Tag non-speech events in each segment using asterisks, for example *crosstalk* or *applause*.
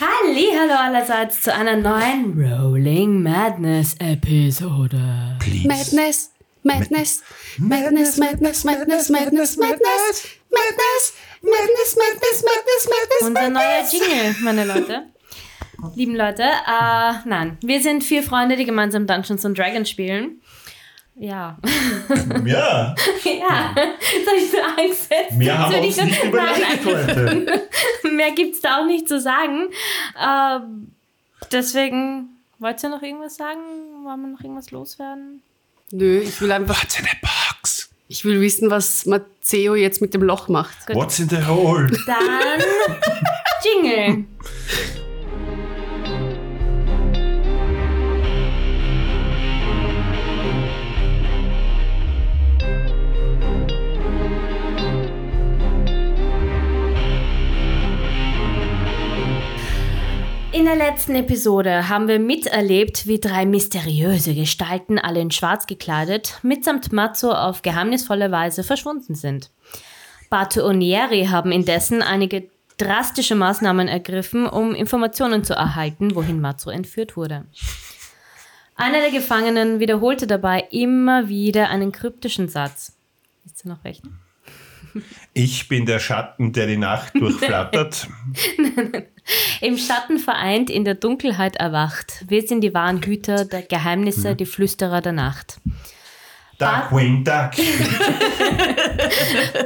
Hallo allerseits zu einer neuen Rolling Madness Episode. Please. Madness, Madness, Madness, Madness, Madness, Madness, Madness, Madness, Madness, Madness, Madness, Madness. Unser neuer Jingle, meine Leute. Lieben Leute, äh, nein, wir sind vier Freunde, die gemeinsam Dungeons and Dragons spielen. Ja. Ja, *laughs* ja. Jetzt habe ich so Angst. Jetzt mehr haben wir würde uns ich so- nicht Nein, überlegt heute. Mehr gibt's da auch nicht zu sagen. Ähm, deswegen, wollt ihr noch irgendwas sagen? Wollen wir noch irgendwas loswerden? Nö, ich will einfach, What's in the box? ich will wissen, was Matteo jetzt mit dem Loch macht. Gut. What's in the hole? Dann Jingle. In der letzten Episode haben wir miterlebt, wie drei mysteriöse Gestalten, alle in Schwarz gekleidet, mitsamt Matzo auf geheimnisvolle Weise verschwunden sind. Batonieri haben indessen einige drastische Maßnahmen ergriffen, um Informationen zu erhalten, wohin Matsu entführt wurde. Einer der Gefangenen wiederholte dabei immer wieder einen kryptischen Satz. Ist er noch recht? Ich bin der Schatten, der die *laughs* Nacht durchflattert. Im Schatten vereint, in der Dunkelheit erwacht. Wir sind die wahren Hüter der Geheimnisse, die Flüsterer der Nacht. Duckwing Duck.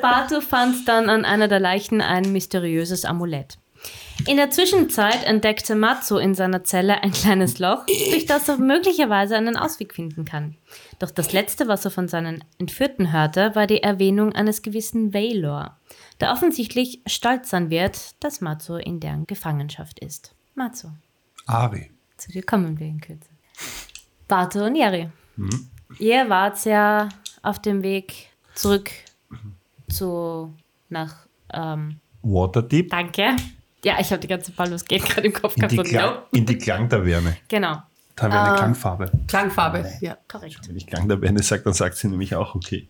Batu fand dann an einer der Leichen ein mysteriöses Amulett. In der Zwischenzeit entdeckte Matsu in seiner Zelle ein kleines Loch, durch das er möglicherweise einen Ausweg finden kann. Doch das Letzte, was er von seinen Entführten hörte, war die Erwähnung eines gewissen Valor, der offensichtlich stolz sein wird, dass Matsu in deren Gefangenschaft ist. Matsu, Ari. zu dir kommen wir in Kürze. Batu und Yeri, Mhm. ihr wart ja auf dem Weg zurück zu nach ähm, Waterdeep. Danke. Ja, ich habe die ganze Ball losgehen gerade im Kopf In gehabt. die, So, Klang, no. in die Klangtaverne. Genau, Taverne Klangfarbe. Klangfarbe, ja. korrekt. Wenn ich Klangtaverne sage, dann sagt sie nämlich auch okay.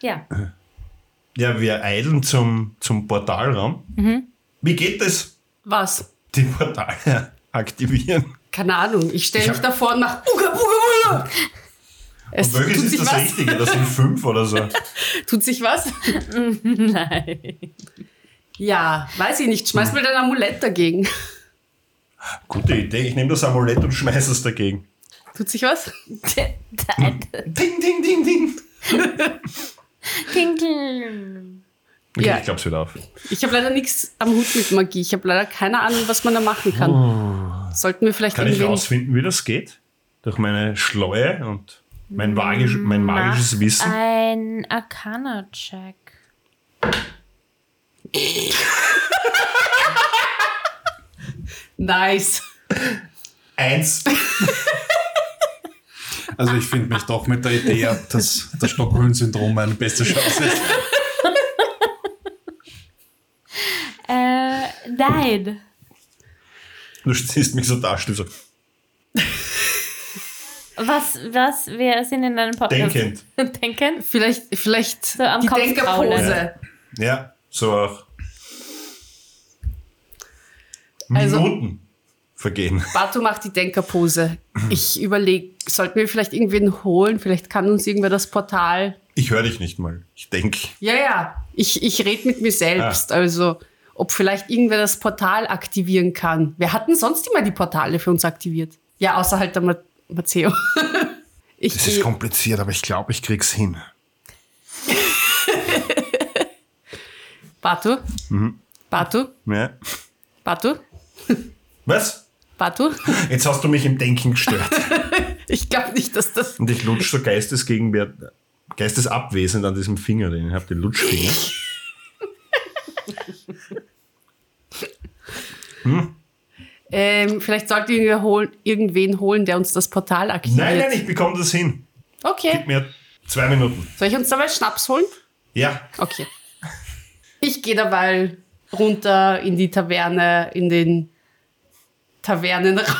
Ja. Mhm. *laughs* Ja, wir eilen zum, zum Portalraum. Mhm. Wie geht es? Was? Die Portale *laughs* aktivieren. Keine Ahnung, ich Ich stelle mich hab- davor und mache Uga, Uga, Uga. Es Und möglichst tut ist sich das was. Richtige, das sind fünf *laughs* oder so. Tut sich *laughs* was? Nein. Ja, weiß ich nicht. Hm. Schmeiß mir dein Amulett dagegen. Gute Idee, ich nehme das Amulett und schmeiße es dagegen. Tut sich was? Äh. Ding, ding, ding, ding. Tinkel. Okay, Ja. ich klapp's wieder auf. Ich habe leider nichts am Hut mit Magie. Ich habe leider keine Ahnung, was man da machen kann. Sollten wir vielleicht Ah. Kann ich irgendwen- rausfinden, wie das geht? Durch meine Schleue und Mm, mein, magisch, mein magisches Wissen. Ein Arcana-Check. Nice. Eins. *laughs* Also ich finde mich doch mit der Idee ab, dass das Stockholm-Syndrom meine beste Chance ist. Äh, nein. Du ziehst mich so da, stimmt so. Was, was, wir sind in einem Podcast. Denkend. *laughs* Denkend? Vielleicht, vielleicht am die Kopf Denkerpose. Ja, so auch. Also- Minuten vergehen. Bato macht die Denkerpose. Ich überlege, sollten wir vielleicht irgendwen holen? Vielleicht kann uns irgendwer das Portal. Ich höre dich nicht mal. Ich denke. Ja, ja. Ich, ich rede mit mir selbst. Also, ob vielleicht irgendwer das Portal aktivieren kann. Wer hat denn sonst immer die Portale für uns aktiviert? Ja, außer halt der Ma Matteo. *laughs* ich Das ist geh- kompliziert, aber ich glaube, ich krieg's hin. Bato? Mhm. Bato? Ja. Bato? Was? Bato? Jetzt hast du mich im Denken gestört. *laughs* Ich glaube nicht, dass das. Und ich lutsch so geistesgegenwärtig, geistesabwesend an diesem Finger, den ich habe, den Lutschfinger. Ähm, vielleicht sollten wir holen, irgendwen holen, der uns das Portal aktiviert. Nein, nein, ich bekomme das hin. Okay. Gib mir zwei Minuten. Soll ich uns dabei Schnaps holen? Ja, Okay. Ich gehe dabei runter in die Taverne, in den Tavernenraum. *laughs*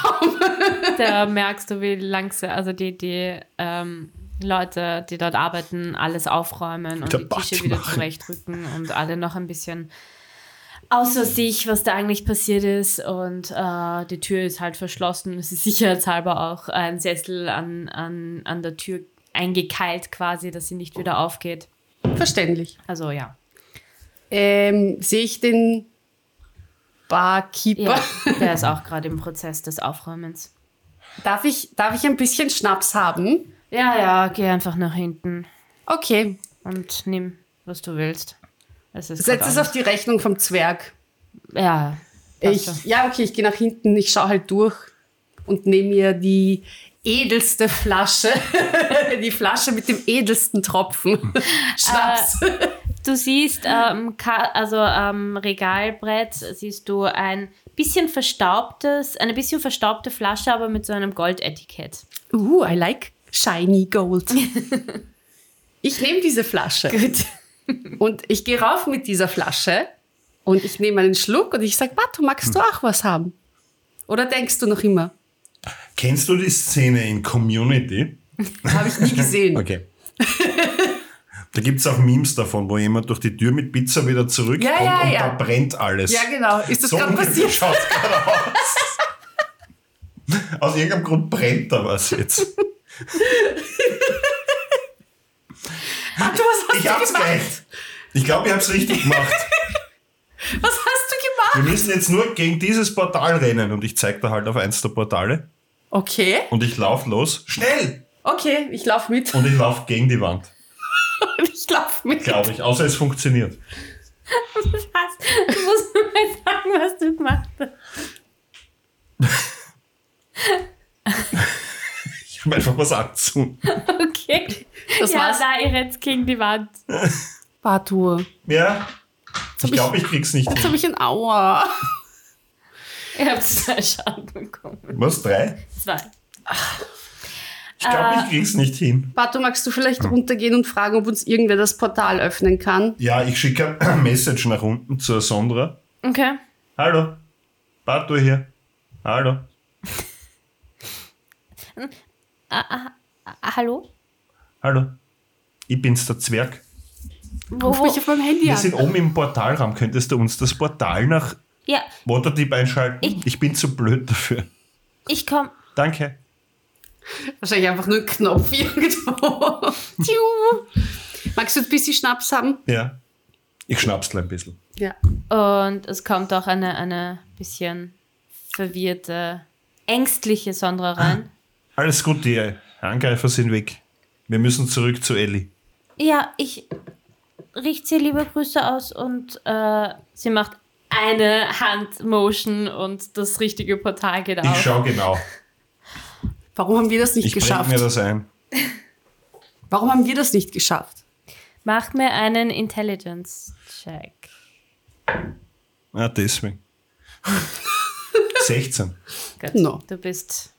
Da merkst du, wie langsam, also die, die ähm, Leute, die dort arbeiten, alles aufräumen und Wieder die Tische Party wieder machen. zurechtrücken und alle noch ein bisschen außer sich, was da eigentlich passiert ist. Und äh, die Tür ist halt verschlossen. Es ist sicherheitshalber auch ein Sessel an, an, an der Tür eingekeilt quasi, dass sie nicht wieder aufgeht. Verständlich. Also ja. Ähm, Sehe ich den Barkeeper? ja der ist auch gerade im Prozess des Aufräumens. Darf, ich, darf ich ein bisschen Schnaps haben? Ja, ja, geh einfach nach hinten Okay. und nimm, was du willst. Es ist Setz grad es auf die Rechnung vom Zwerg. alles- Ja. passt schon. Ich, ja, okay, ich gehe nach hinten, ich schaue halt durch und nehme mir die edelste Flasche, *laughs* die Flasche mit dem edelsten Tropfen Schnaps. Du siehst am Ka- also am Regalbrett siehst du ein bisschen verstaubtes, eine bisschen verstaubte Flasche, aber mit so einem *laughs* Goldetikett. Uh, I like shiny gold. *laughs* ich nehme diese Flasche. Gut. Und ich gehe rauf mit dieser Flasche und ich nehme einen Schluck und ich sage, Batu, magst du auch was haben? Oder denkst du noch immer? Kennst du die Szene in Community? Habe ich nie gesehen. *laughs* Okay. da gibt es auch Memes davon, wo jemand durch die Tür mit Pizza wieder zurückkommt Ja, ja, und ja. da brennt alles. Ja, genau. Ist das so gerade passiert? Schaut gerade aus. aus irgendeinem Grund brennt da was jetzt. Batu, was hast Ich du hab's gemacht? gerecht. Ich glaube, ich hab's richtig gemacht. Was hast du Wir gemacht? müssen jetzt nur gegen dieses Portal rennen und ich zeig da halt auf eins der Portale Okay, und ich lauf los. Schnell! okay, ich laufe mit. Und ich lauf gegen die Wand. *laughs* Ich laufe mit. Glaube ich, außer es funktioniert. Was? Du musst mir mal sagen, was du gemacht hast. Ich habe einfach was angezogen. Okay. Das ja, war's. da ihr rennt gegen die Wand. Batu, Ja, ich glaube, ich krieg's nicht jetzt hin. habe ich ein Aua. Ihr habt zwei Schaden bekommen. Was, drei? Zwei. Ich glaube, ich krieg's nicht hin. Batu, magst du vielleicht runtergehen und fragen, ob uns irgendwer das Portal öffnen kann? Ja, ich schicke ein *clears throat* Message nach unten zur Sondra. Okay. Hallo, Batu hier. Hallo. Ah, hallo? Hallo. Ich bin's, der Zwerg. Wo, Ruf mich auf meinem Handy Wir an. sind oben im Portalraum. Könntest du uns das Portal nach Ja, Waterdeep einschalten? Ich- Ich, bin zu blöd dafür. ich komm. Danke. Wahrscheinlich einfach nur ein Knopf *laughs* irgendwo. Tiu. Magst du ein bisschen Schnaps haben? Ja. Ich schnapp's gleich ein bisschen. Ja. Und es kommt auch eine, eine bisschen verwirrte, ängstliche Sondra rein. Alles gut, die Angreifer sind weg. Wir müssen zurück zu Ellie. Ja, ich richte sie liebe Grüße aus und äh, sie macht eine Handmotion und das richtige Portal geht Ich auf. schau genau. Warum haben wir das nicht Ich bring geschafft? mir das ein. Warum haben wir das nicht geschafft? Mach mir einen Intelligence-Check. Ah, deswegen. *laughs* 16. Gut. No. Du bist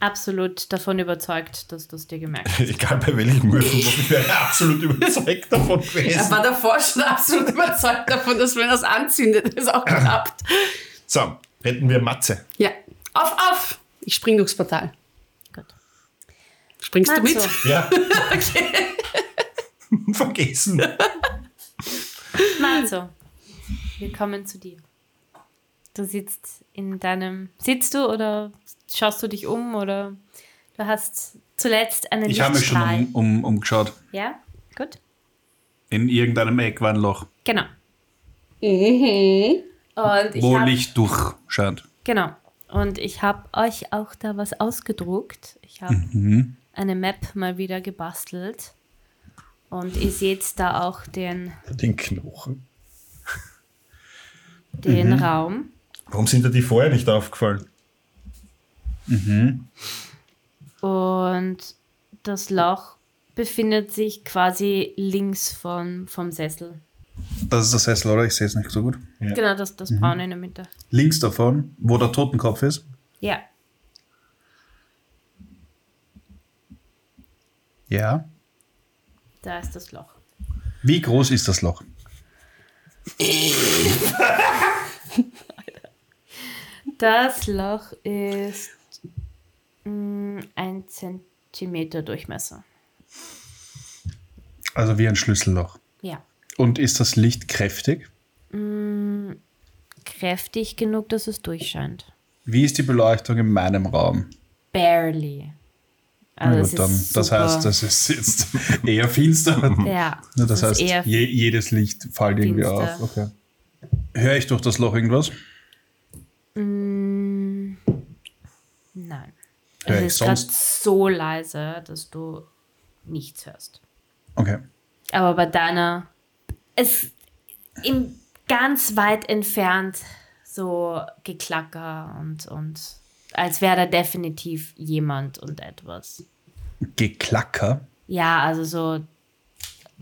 absolut davon überzeugt, dass du es dir gemerkt hast. Egal bei welchem Würfel, ich wäre absolut überzeugt davon Er gewesen. war davor schon absolut überzeugt davon, dass wenn er es anzündet, es auch klappt. So, hätten wir Matze. Ja. Auf, auf! Ich spring durchs Portal. Gut. Springst du Matzo. mit? Ja. *laughs* Vergessen. Marzo, wir kommen zu dir. Du sitzt in deinem. Sitzt du oder schaust du dich um oder du hast zuletzt einen Ich habe mich schon Lichtstrahl. um, um, umgeschaut. Ja, gut. In irgendeinem Eck war ein Loch, Genau. Und ich wo hab, Licht durchscheint. Genau. Und ich habe euch auch da was ausgedruckt. Ich habe eine Map mal wieder gebastelt. Und ihr seht da auch den, Den Knochen. den Raum. Warum sind dir die vorher nicht aufgefallen? Und das Loch befindet sich quasi links von, vom Sessel. Das ist das Sessel, oder? Ich sehe es nicht so gut. Ja. Genau, das, das Braune in der Mitte. Links davon, wo der Totenkopf ist. Ja. Ja. Da ist das Loch. Wie groß ist das Loch? Das Loch ist mh, ein Zentimeter Durchmesser. Also wie ein Schlüsselloch. Ja. Und ist das Licht kräftig? kräftig genug, dass es durchscheint. Wie ist die Beleuchtung in meinem Raum? Barely. Also Na es gut, ist dann, das super- heißt, das ist jetzt eher finster. ja, Ne, Na, das es heißt, ist eher je, jedes Licht fällt irgendwie finster. auf. Okay. Höre ich durch das Loch irgendwas? Nein. Hör ich es ist gerade sonst- so leise, dass du nichts hörst. Okay. Aber bei deiner es im ganz weit entfernt so Geklacker und, und als wäre da definitiv jemand und etwas. Geklacker. Ja, also so,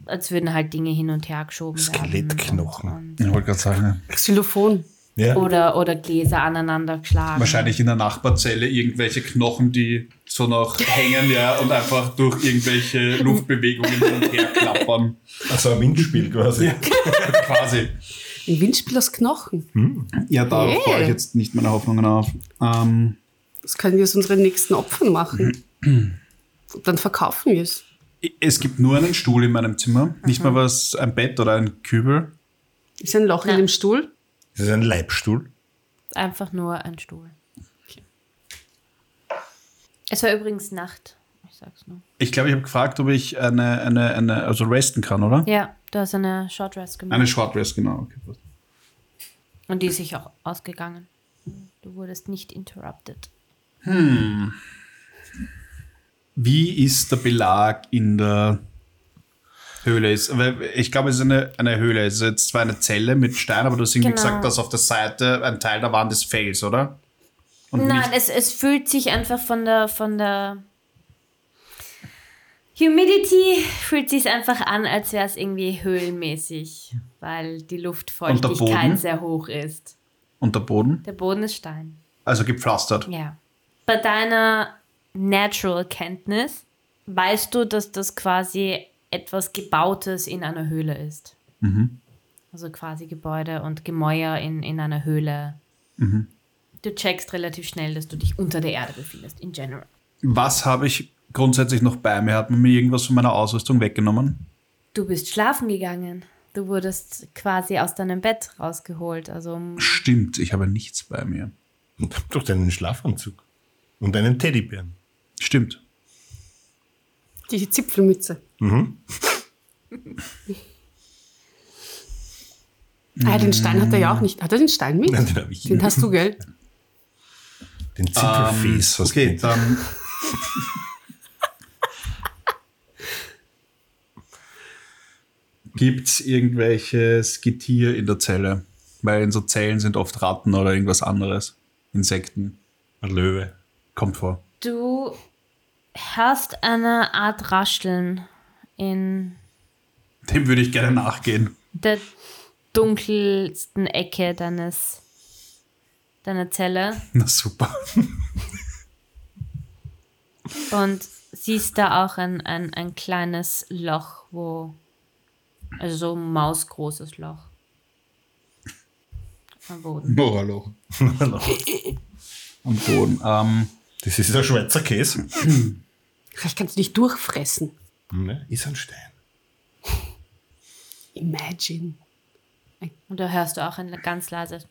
als würden halt Dinge hin und her geschoben Skelettknochen. werden. Ich wollte gerade sagen. ja. Xylophon. Ja. Und, oder, oder Gläser aneinander geschlagen. Wahrscheinlich in der Nachbarzelle irgendwelche Knochen, die so noch hängen, ja, und einfach durch *laughs* irgendwelche Luftbewegungen hin und her klappern. Also ein Windspiel quasi. Quasi. Ein Windspiel aus Knochen. Ja, da Hey. baue ich jetzt nicht meine Hoffnungen auf. Ähm, Das können wir aus unseren nächsten Opfern *clears throat* machen. Und dann verkaufen wir es. es gibt nur einen Stuhl in meinem Zimmer. Nicht mal was, ein Bett oder ein Kübel. Ist ein Loch Na. in dem Stuhl? Das ist ein Leibstuhl. Einfach nur ein Stuhl. Es war übrigens Nacht. Ich sag's nur. Ich glaube, ich habe gefragt, ob ich eine, eine, eine, also resten kann, oder? Ja, du hast eine Short Rest gemacht. Eine Short Rest, genau. Okay, passt. Und die ist sich auch ausgegangen. Du wurdest nicht interrupted. Wie ist der Belag in der Höhle? Ist, weil ich glaube, es ist eine, eine Höhle. Es ist jetzt zwar eine Zelle mit Stein, aber du hast irgendwie Genau. gesagt, dass auf der Seite ein Teil der Wand ist Fels, oder? Und Nein, es, nicht, es fühlt sich einfach von der von der Humidity fühlt sich einfach an, als wäre es irgendwie höhlenmäßig, weil die Und der Boden? Luftfeuchtigkeit sehr hoch ist. und der Boden? Der Boden ist Stein. Also gepflastert. Ja. Bei deiner Natural-Kenntnis weißt du, dass das quasi etwas Gebautes in einer Höhle ist. Also quasi Gebäude und Gemäuer in, in einer Höhle. Du checkst relativ schnell, dass du dich unter der Erde befindest, in general. Was habe ich grundsätzlich noch bei mir? Hat man mir irgendwas von meiner Ausrüstung weggenommen? Du bist schlafen gegangen. Du wurdest quasi aus deinem Bett rausgeholt. Also Stimmt, ich habe nichts bei mir. Und hab doch deinen Schlafanzug. Und einen Teddybären. Stimmt. Die Zipfelmütze. Mhm. *laughs* Ah, den Stein hat er ja auch nicht. Hat er den Stein mit? Nein, den habe ich. Den hast du, *laughs* gell? Den Zipfelfäß. hast Okay, du. dann. Gibt es irgendwelches Getier in der Zelle? Weil in so Zellen sind oft Ratten oder irgendwas anderes. Insekten. Ein Löwe. Kommt vor. Du hörst eine Art Rascheln in Dem würde ich gerne nachgehen. der dunkelsten Ecke deines deiner Zelle Na super. und siehst da auch ein, ein, ein kleines Loch, wo also so ein mausgroßes Loch am Boden. Noch ein Loch. Am Boden. Ähm, Das ist der Schweizer Käse. Vielleicht kannst du dich durchfressen. Ne? Ist ein Stein. Imagine. Und da hörst du auch ein ganz leises.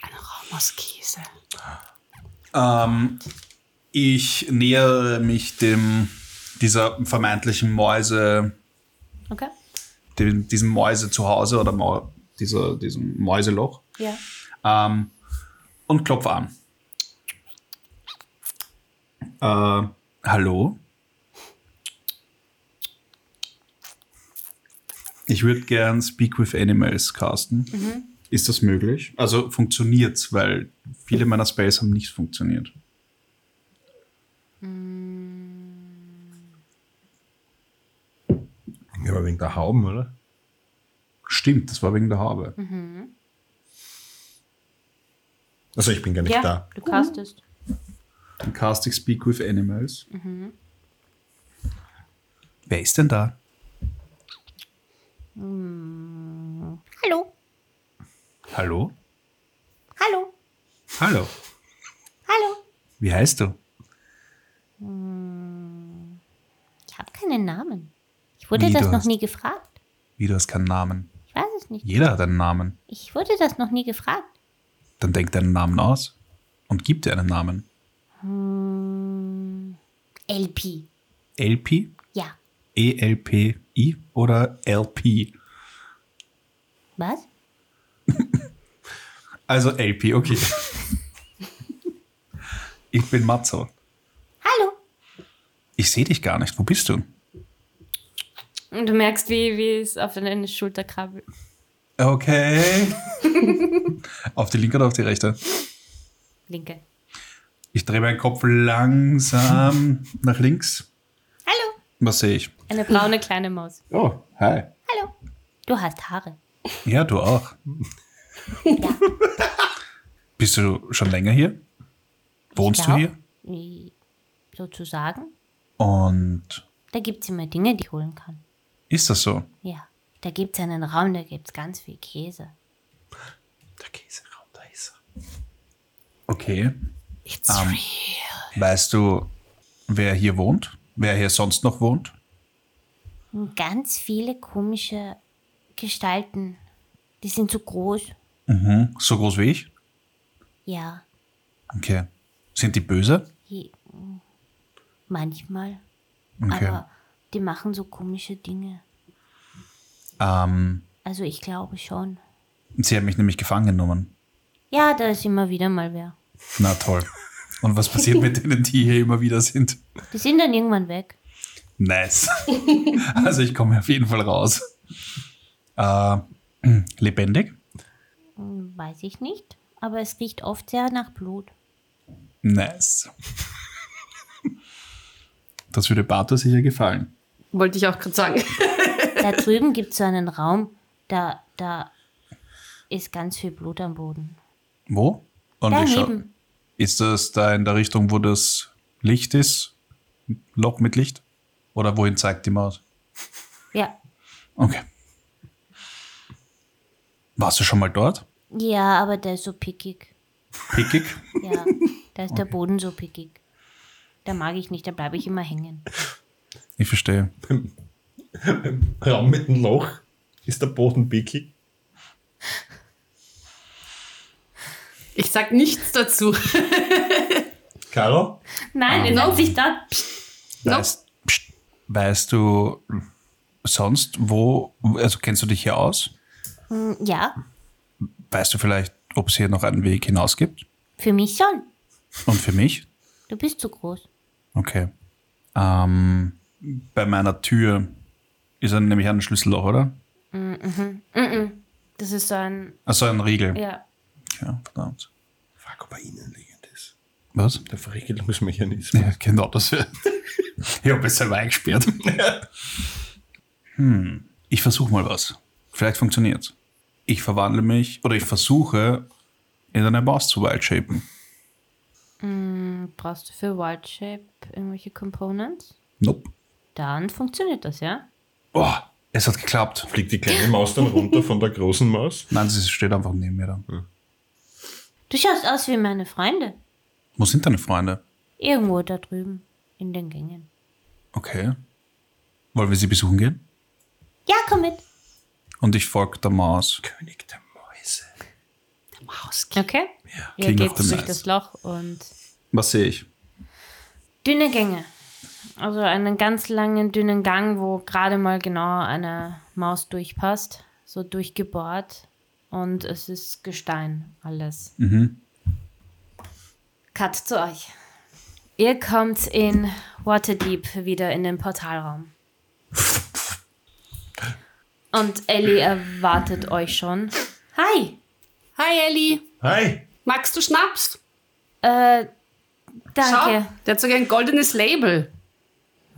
Ein Raum aus Käse. Ähm, ich nähere mich dem, dieser vermeintlichen Mäuse, Okay? dem, diesem Mäuse zu Hause oder Mau dieser, diesem Mäuseloch Ja. ähm, und klopfe an. Äh, hallo? Ich würde gern Speak with Animals casten. Ist das möglich? Also funktioniert's, weil viele meiner Spells haben nicht funktioniert. Ja, aber wegen der Hauben, oder? Stimmt, das war wegen der Habe. Also ich bin gar nicht Ja, da. du castest. Dann cast ich Speak with Animals. Wer ist denn da? Hallo, Hallo? hallo, Hallo. hallo. Wie heißt du? Ich habe keinen Namen. Ich wurde Wie, das du noch hast- nie gefragt. Wie, du hast keinen Namen. Ich Ich weiß es nicht. Jeder hat einen Namen. Ich wurde das noch nie gefragt. Dann denkt einen Namen aus und gibt dir einen Namen. LP. LP, Ja. E ELPI oder LP? Was? Also LP, okay. ich bin Matzo. Hallo. Ich sehe dich gar nicht. Wo bist du? Und du merkst, wie, wie es auf deine Schulter krabbelt. Okay. auf die linke oder auf die rechte? Linke. Ich drehe meinen Kopf langsam nach links. Hallo. Was sehe ich? Eine braune kleine Maus. Oh, hi. Hallo. Du hast Haare. Ja, du auch. Bist du schon länger hier? Wohnst du Ja. hier? Genau. Wie- Sozusagen. Und Da gibt es immer Dinge, die ich holen kann. ist das so? Ja. Da gibt es einen Raum, da gibt es ganz viel Käse. Der Käseraum, da ist er. Okay. Ähm, Weißt du, wer hier wohnt? Wer hier sonst noch wohnt? Und ganz viele komische Gestalten. Die sind so groß. Mhm. So groß wie ich? Ja. Okay. Sind die böse? Die, manchmal. Okay. Aber die machen so komische Dinge. Ähm, Also ich glaube schon. sie haben mich nämlich gefangen genommen. Ja, da ist immer wieder mal wer. Na toll. Und was passiert mit denen, die hier immer wieder sind? Die sind dann irgendwann weg. Nice. Also ich komme auf jeden Fall raus. Äh, lebendig? Hm, Weiß ich nicht. Aber es riecht oft sehr nach Blut. Nice. Das würde Barto sicher gefallen. Wollte ich auch gerade sagen. *laughs* Da drüben gibt es so einen Raum, da, da ist ganz viel Blut am Boden. Wo? Und ich schau- Daneben. Ist das da in der Richtung, wo das Licht ist? Loch mit Licht? Oder wohin zeigt die Maus? Ja. Okay. Warst du schon mal dort? Ja, aber der ist so pickig. Pickig? Ja, da ist der Boden so pickig. Da mag ich nicht, da bleibe ich immer hängen. *laughs* Ich verstehe. Raum mit einem Loch ist der Boden pickig. Ich sag nichts *laughs* dazu. Caro? Nein, es hat sich da. Weißt, pst, weißt du sonst wo, also kennst du dich hier aus? Ja, Weißt du vielleicht, ob es hier noch einen Weg hinaus gibt? für mich schon. Und für mich? Du bist zu groß. Okay. Ähm, bei meiner Tür ist dann nämlich ein Schlüsselloch, oder? Das ist so ein. Achso, ein Riegel. Ja. Ja, verdammt. Frag, ob er innen liegend ist. Was? Der Verriegelungsmechanismus. *laughs* Ja, genau das wäre. ich habe es selber *laughs* eingesperrt. hm. Ich versuche mal was. Vielleicht funktioniert's. Ich verwandle mich oder ich versuche, in eine Maus zu wildshapen. Brauchst du für Wildshape irgendwelche Components? Nope. Dann funktioniert das, ja? Boah, es hat geklappt. Fliegt die kleine Maus dann runter von der großen Maus? Nein, sie steht einfach neben mir da. Du schaust aus wie meine Freunde. Wo sind deine Freunde? Irgendwo da drüben. In den Gängen. Okay. Wollen wir sie besuchen gehen? Ja, komm mit. Und ich folge der Maus. König der Mäuse. Okay. Ja, Ihr King geht of the durch Mice. das Loch und Was sehe ich? dünne Gänge. Also einen ganz langen, dünnen Gang, wo gerade mal genau eine Maus durchpasst. So durchgebohrt. Und es ist Gestein, alles. Mhm. Cut zu euch. Ihr kommt in Waterdeep wieder in den Portalraum. Und Ellie erwartet euch schon. Hi! Hi Ellie. Hi! Magst du Schnaps? Äh, Schau, danke. der hat sogar ein goldenes Label.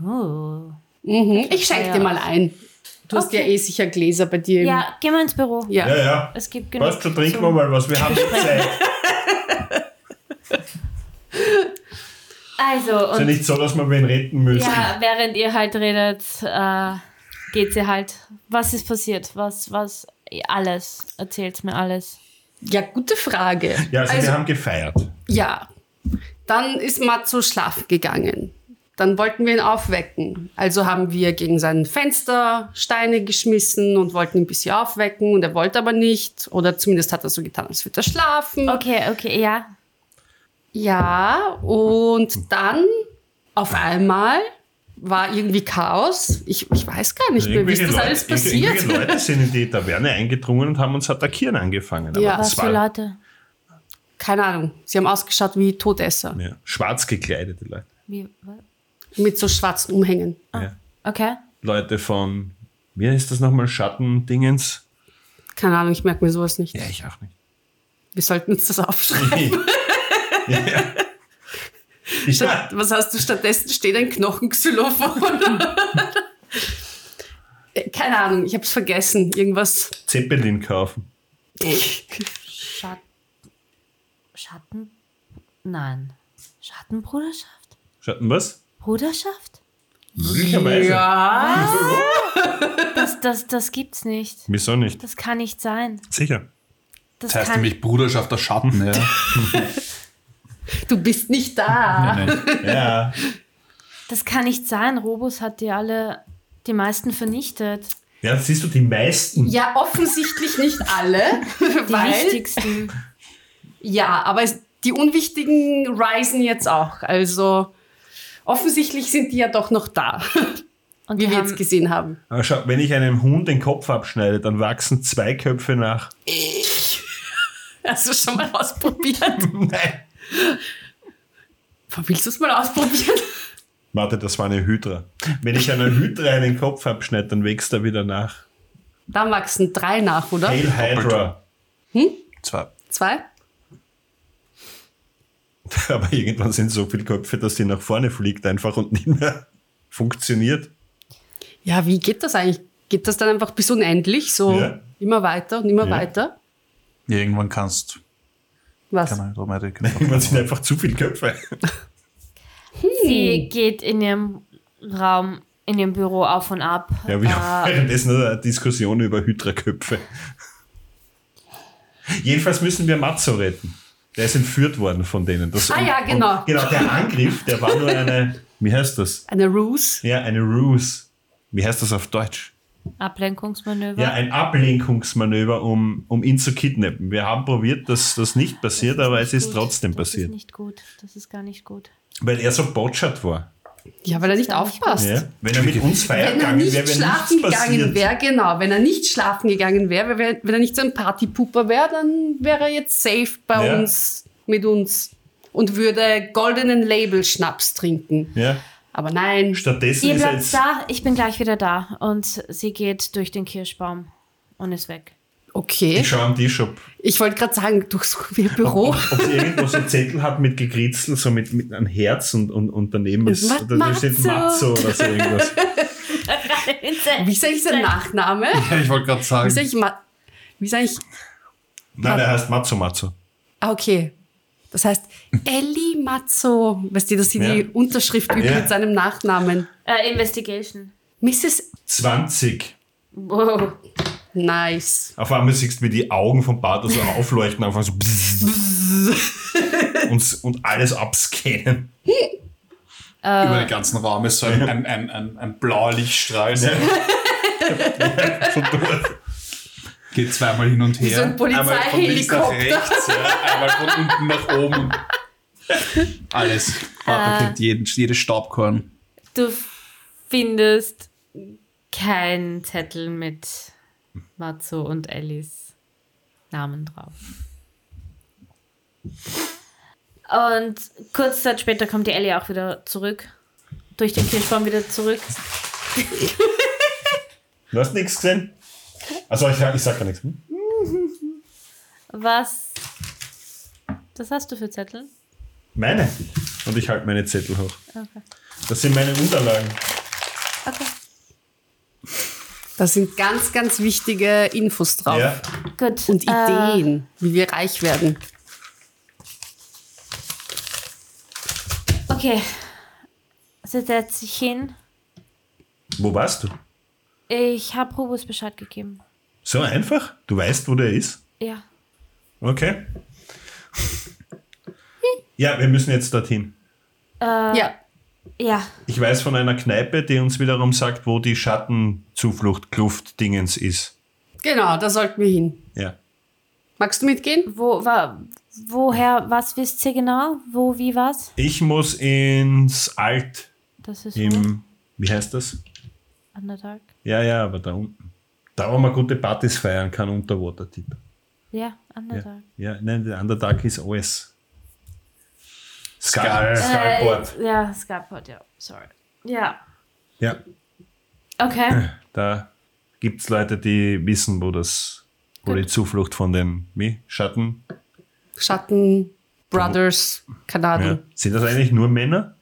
Oh. Mhm. Ich schenke dir mal ein. Du hast Okay. ja eh sicher Gläser bei dir. im- Ja, gehen wir ins Büro. Ja. Ja, ja. Es gibt genug. Passt schon, trinken zum- wir mal was. Wir haben die Zeit. Ist Also, ja und nicht so, dass wir wen retten müssen. ja, während ihr halt redet, äh, geht sie halt. Was ist passiert? Was, was? Alles. Erzählt mir alles. Ja, gute Frage. Ja, also, Also- wir haben gefeiert. Ja. Dann ist Matsu schlafen gegangen. Dann wollten wir ihn aufwecken. Also haben wir gegen sein Fenster Steine geschmissen und wollten ihn ein bisschen aufwecken und er wollte aber nicht. Oder zumindest hat er so getan, als würde er schlafen. Okay, okay, ja. Ja, und dann auf einmal war irgendwie Chaos. Ich, ich weiß gar nicht mehr, wie ist das alles passiert. irgendwelche Leute sind in die Taverne eingedrungen und haben uns attackieren angefangen. Aber Ja. Was das für war, Leute? Keine Ahnung. Sie haben ausgeschaut wie Todesser ja, schwarz gekleidete Leute. Wie, wa- mit so schwarzen Umhängen. Ja. okay. Leute von, wie heißt das nochmal, Schattendingens? Keine Ahnung, ich merke mir sowas nicht. Ja, ich auch nicht. Wir sollten uns das aufschreiben. Ich, Statt, *laughs* was hast du stattdessen? Steht ein Knochenxylophon. Äh, Keine Ahnung, ich habe es vergessen. Irgendwas. *laughs* Zeppelin kaufen. Schat Schatten? Nein. Schattenbruderschaft? Schatten was? Bruderschaft? Möglicherweise. Ja. Das, das, das gibt's nicht. Wieso nicht? Das kann nicht sein. Sicher. Das Das heißt kann nämlich Bruderschaft der Schatten, ja. *laughs* Du bist nicht da. Ja. Das kann nicht sein. Robus hat die alle, die meisten vernichtet. Ja, siehst du, die meisten. Ja, offensichtlich nicht alle. Die weil, wichtigsten. ja, aber es, die unwichtigen risen jetzt auch. Also offensichtlich sind die ja doch noch da, *laughs* Und wie die wir haben- jetzt gesehen haben. Aber Ah, schau, wenn ich einem Hund den Kopf abschneide, dann wachsen zwei Köpfe nach. Hast du schon mal ausprobiert? *laughs* Nein. Willst du es mal ausprobieren? Warte, das war eine Hydra. Wenn ich einer Hydra einen Kopf abschneide, dann wächst er wieder nach. Dann wachsen drei nach, oder? Hail Hydra. Zwei. Zwei? Aber irgendwann sind so viele Köpfe, dass die nach vorne fliegt einfach und nicht mehr funktioniert. Ja, wie geht das eigentlich? Geht das dann einfach bis unendlich? So Ja. immer weiter und immer Ja. weiter? Ja, irgendwann kannst Was? keine Automatik. *laughs* Irgendwann sind einfach zu viele Köpfe. Sie geht in ihrem Raum, in ihrem Büro auf und ab. Ja, wir haben Ah. *laughs* äh, währenddessen eine Diskussion über Hydraköpfe. Jedenfalls müssen wir Matzo retten. Der ist entführt worden von denen. Das Ah ja, genau. Und, genau, der Angriff, der war nur eine, wie heißt das? Eine Ruse? Ja, eine Ruse. Wie heißt das auf Deutsch? Ablenkungsmanöver. Ja, ein Ablenkungsmanöver, um, um ihn zu kidnappen. Wir haben probiert, dass das nicht passiert, aber es ist Gut, trotzdem Das ist passiert. nicht gut. Das ist gar nicht gut. Weil er so botschert war. Ja, weil er nicht Ja. aufpasst. Ja? Wenn er mit uns feiern Wenn er gegangen nicht wäre, wäre schlafen nichts gegangen passiert. wäre, genau. Wenn er nicht schlafen gegangen wäre, wär, wenn er nicht so ein Partypooper wäre, dann wäre er jetzt safe bei Ja. uns, mit uns und würde goldenen Label Schnaps trinken. ja? Aber nein, Stattdessen Ihr ist er bleibt jetzt da, ich bin gleich wieder da. Und sie geht durch den Kirschbaum und ist *laughs* weg. okay. Ich Oh, schaue am Tisch, ob, Ich wollte gerade sagen, durchsuchen wir *laughs* Büro. ob sie irgendwo so Zettel hat mit gekritzelt, so mit, mit einem Herz und, und, und daneben ist Ma- oder da steht Matzo. Matzo oder so irgendwas. Wie ist eigentlich sein Nachname? Ja, ich wollte gerade Wie sagen. ist eigentlich, Ma- wie ist eigentlich Nein, er heißt Matzo Matzo. Ah, okay. Das heißt, Elli Mazzo, weißt du, dass sie Ja. die Unterschrift übt Ja. mit seinem Nachnamen. Äh, Investigation. Mrs. 20. Wow. Nice. Auf einmal siehst du, wie die Augen vom Bart so aufleuchten, einfach so und, und alles abscannen. Über Äh. den ganzen Raum ist so ein, ein, ein, ein, ein blauer Lichtstrahl. *laughs* so. Geht zweimal hin und her. so ein Einmal von links nach Polizeihelikopter. rechts, ja. einmal von unten nach oben. Alles. Papa kennt Äh. jeden, jedes Staubkorn. Du findest keinen Zettel mit Matzo und Ellis Namen drauf. Und kurz Zeit später kommt die Ellie auch wieder zurück. Durch den Kirschbaum wieder zurück. Du hast nichts gesehen? Also ich, ich sag gar nichts. Hm? Was? Das hast du für Zettel? Meine. Und ich halte meine Zettel hoch. Das sind meine Unterlagen. Okay. Da sind ganz, ganz wichtige Infos drauf. Ja. Gut. Und Äh, Ideen, wie wir reich werden. okay. Sie setzt sich hin. Wo warst du? Ich habe Rubus Bescheid gegeben. So einfach? Du weißt, wo der ist? Ja. Okay. Ja, wir müssen jetzt dorthin. ja. Ja, Ich weiß von einer Kneipe, die uns wiederum sagt, wo die Schattenzuflucht Kluft Dingens ist. Genau, da sollten wir hin. Ja. Magst du mitgehen? wo war. Woher, was wisst ihr genau? Wo, wie, was? Ich muss ins Alt Das ist wo? im, wie heißt das? Underdark. Ja, ja, aber da unten. Da wo man gute Partys feiern kann, Unterwater-Tipp. Ja, Ja. Underdark. ja, nein, der Underdark ist alles. Skull. Skal, Skalport. Äh, ja, Skyport, ja. Sorry. Ja. Ja, Okay. da gibt es Leute, die wissen, wo das, wo die Zuflucht von den wie, Schatten. Schatten Brothers Ja. Kanadier. Sind das eigentlich nur Männer?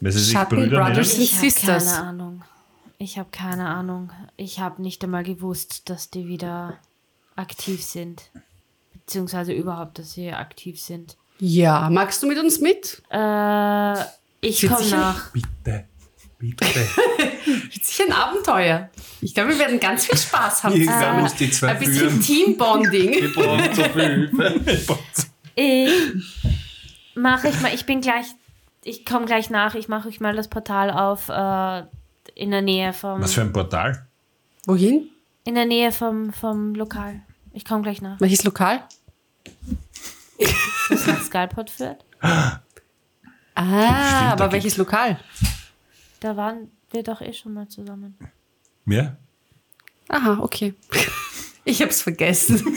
Weil sie sich Schatten Brüder nennen? Brothers? Ich habe Sisters. keine Ahnung. Ich habe keine Ahnung. Ich habe nicht einmal gewusst, dass die wieder aktiv sind. Beziehungsweise überhaupt, dass sie aktiv sind. Ja. magst du mit uns mit? Äh, ich Sind komme sicher- nach. Bitte, bitte. Wird sicher ein Abenteuer. Ich glaube, wir werden ganz viel Spaß *laughs* haben. Ah. Irgendwann muss die zwei äh, Ein bisschen führen. Teambonding. Wir brauchen so viel Hilfe. Ich mache ich mal. Ich bin gleich. Ich komme gleich nach. Ich mache euch mal das Portal auf äh, in der Nähe vom Was für ein Portal? Wohin? in der Nähe vom vom Lokal. Ich komme gleich nach. Welches Lokal? Das nach Skyport führt. Ah, da aber welches Lokal? Da waren wir doch eh schon mal zusammen. Ja? Aha, okay. Ich hab's vergessen.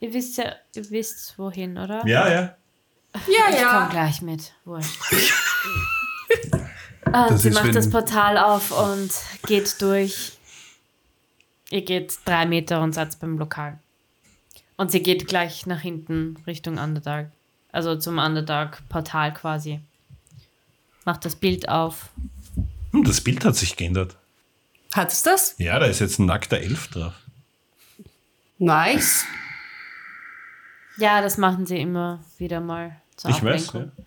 Ihr wisst ja, ihr wisst wohin, oder? Ja, ja. Ja, Ich komme ja. gleich mit. Wurscht. und sie ist, wenn- macht das Portal auf und geht durch. Ihr geht drei Meter und seid beim Lokal. Und sie geht gleich nach hinten Richtung Underdark. Also zum Underdark-Portal quasi. Macht das Bild auf. Hm, das Bild hat sich geändert. Hat es das? Ja, da ist jetzt ein nackter Elf drauf. Nice. Ja, das machen sie immer wieder mal zur Ich weiß. Ablenkung. Ja.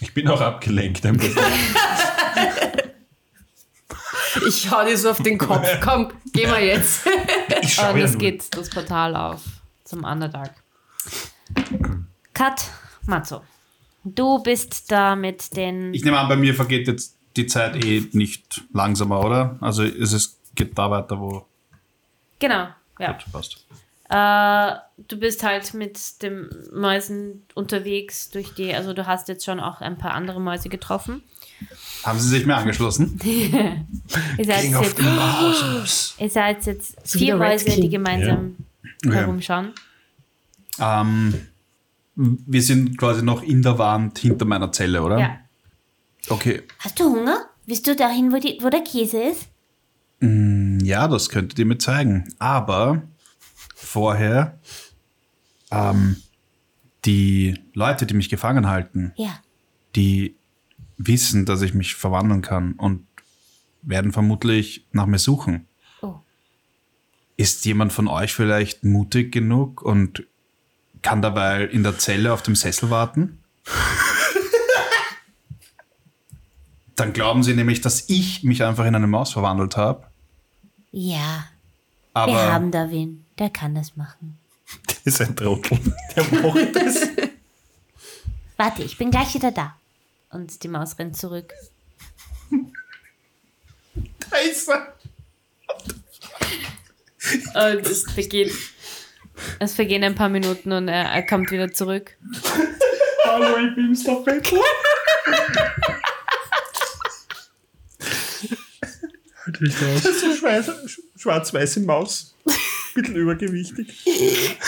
Ich bin auch abgelenkt. ein bisschen. Ich hau dir so auf den Kopf. Komm, geh mal jetzt. Ich schau Und ja es nur. geht das Portal auf zum Underdark. Kat, Matzo. Du bist da mit den. Ich nehme an, bei mir vergeht jetzt die Zeit eh nicht langsamer, oder? Also es ist, geht da weiter, wo genau, ja. gut passt. Äh, du bist halt mit dem Mäusen unterwegs durch die. Also, du hast jetzt schon auch ein paar andere Mäuse getroffen. Haben Sie sich mir angeschlossen? Ihr seid jetzt, ihr seid jetzt So wie vier der Red Mäuse, die King. gemeinsam herumschauen. Ähm, wir sind quasi noch in der Wand hinter meiner Zelle, oder? Ja. Okay. Hast du Hunger? Bist du dahin, wo, die, wo der Käse ist? Ja, das könntet ihr mir zeigen. Aber vorher, ähm, die Leute, die mich gefangen halten, Ja. die wissen, dass ich mich verwandeln kann und werden vermutlich nach mir suchen. Oh. Ist jemand von euch vielleicht mutig genug und kann dabei in der Zelle auf dem Sessel warten? Dann glauben sie nämlich, dass ich mich einfach in eine Maus verwandelt habe. Ja, Aber da wen. Der kann das machen. *laughs* Das ist ein Trottel. Der macht das. Warte, ich bin gleich wieder da. Und die Maus rennt zurück. Und Äh, es vergeht. Es vergehen ein paar Minuten und er, er kommt wieder zurück. Hallo, ich bin's, der Bettel. Halt Das ist eine schweiß- sch- schwarz-weiße Maus. Ein bisschen übergewichtig.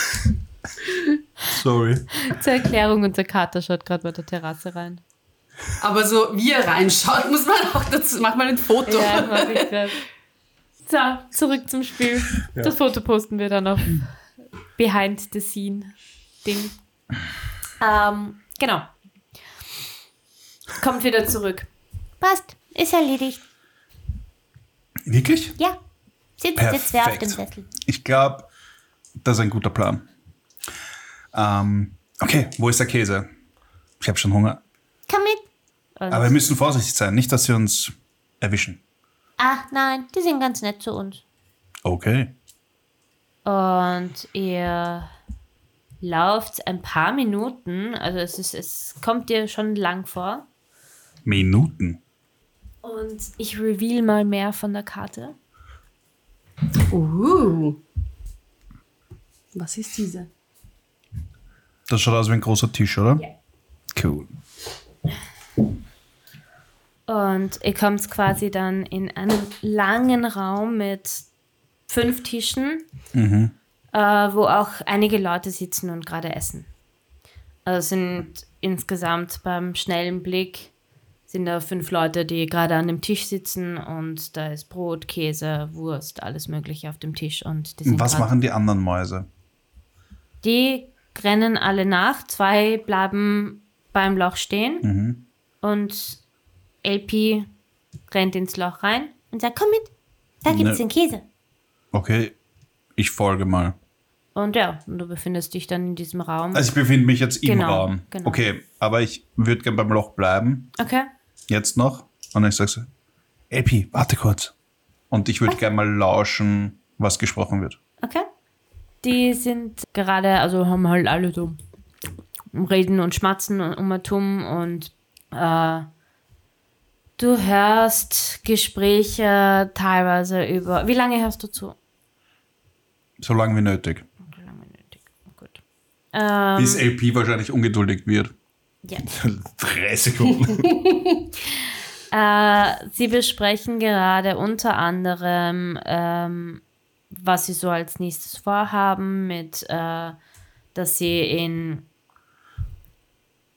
sorry. Zur Erklärung, unser Kater schaut gerade bei der Terrasse rein. Aber so, wie er reinschaut, muss man auch dazu. Mach mal ein Foto. Ja, mach ich das. So, zurück zum Spiel. Das Foto posten wir dann auf Behind the Scene Ding. Ähm, genau. Kommt wieder zurück. Passt, ist erledigt. Wirklich? Ja. Sitzt jetzt wer auf Perfekt. dem Sessel. Ich glaube, das ist ein guter Plan. Ähm, okay, wo ist der Käse? Ich habe schon Hunger. Komm mit. Also. Und Aber wir müssen vorsichtig sein, nicht, dass sie uns erwischen. Ach Ah, nein, die sind ganz nett zu uns. Okay. Und ihr lauft ein paar Minuten, also es, ist, es kommt dir schon lang vor. Minuten. Und ich reveal mal mehr von der Karte. Uh. Was ist diese? Das schaut aus wie ein großer Tisch, oder? Ja. Cool. Und ihr kommt quasi dann in einen langen Raum mit fünf Tischen, äh, wo auch einige Leute sitzen und gerade essen. Also sind insgesamt beim schnellen Blick sind da fünf Leute, die gerade an dem Tisch sitzen und da ist Brot, Käse, Wurst, alles Mögliche auf dem Tisch. Und die sind Und was gerade- machen die anderen Mäuse? die rennen alle nach, zwei bleiben beim Loch stehen und LP rennt ins Loch rein. Und sag, komm mit, da gibt Ne. es den Käse. Okay, ich folge mal. Und ja, und du befindest dich dann in diesem Raum. Also ich befinde mich jetzt im Genau, Raum. genau. Okay, aber ich würde gern beim Loch bleiben. Okay. Jetzt noch. Und ich sage so, Epi, warte kurz. Und ich würde gern mal lauschen, was gesprochen wird. Okay. Die sind gerade, also haben halt alle so um reden und schmatzen und um und um und äh, du hörst Gespräche teilweise über. Wie lange hörst du zu? So lange wie nötig. Wie lange nötig? Gut. Ähm, Bis LP wahrscheinlich ungeduldig wird. *laughs* Ja. 30 *laughs* Sekunden. Äh, sie besprechen gerade unter anderem, ähm, was sie so als nächstes vorhaben, mit, äh, dass sie in